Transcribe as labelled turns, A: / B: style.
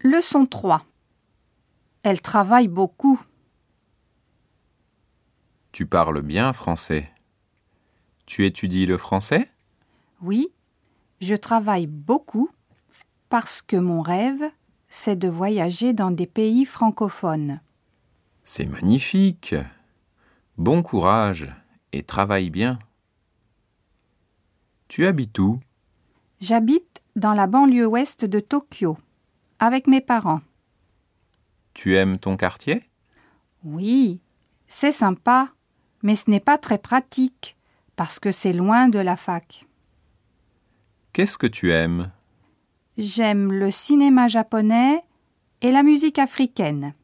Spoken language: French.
A: Leçon 3. Elle travaille beaucoup.
B: Tu parles bien français. Tu étudies le français
A: Oui, je travaille beaucoup parce que mon rêve, c'est de voyager dans des pays francophones.
B: C'est magnifique. Bon courage et travaille bien. Tu habites où
A: J'habite dans la banlieue ouest de Tokyo, avec mes parents.
B: Tu aimes ton quartier
A: Oui, c'est sympa, mais ce n'est pas très pratique, parce que c'est loin de la fac.
B: Qu'est-ce que tu aimes
A: J'aime le cinéma japonais et la musique africaine.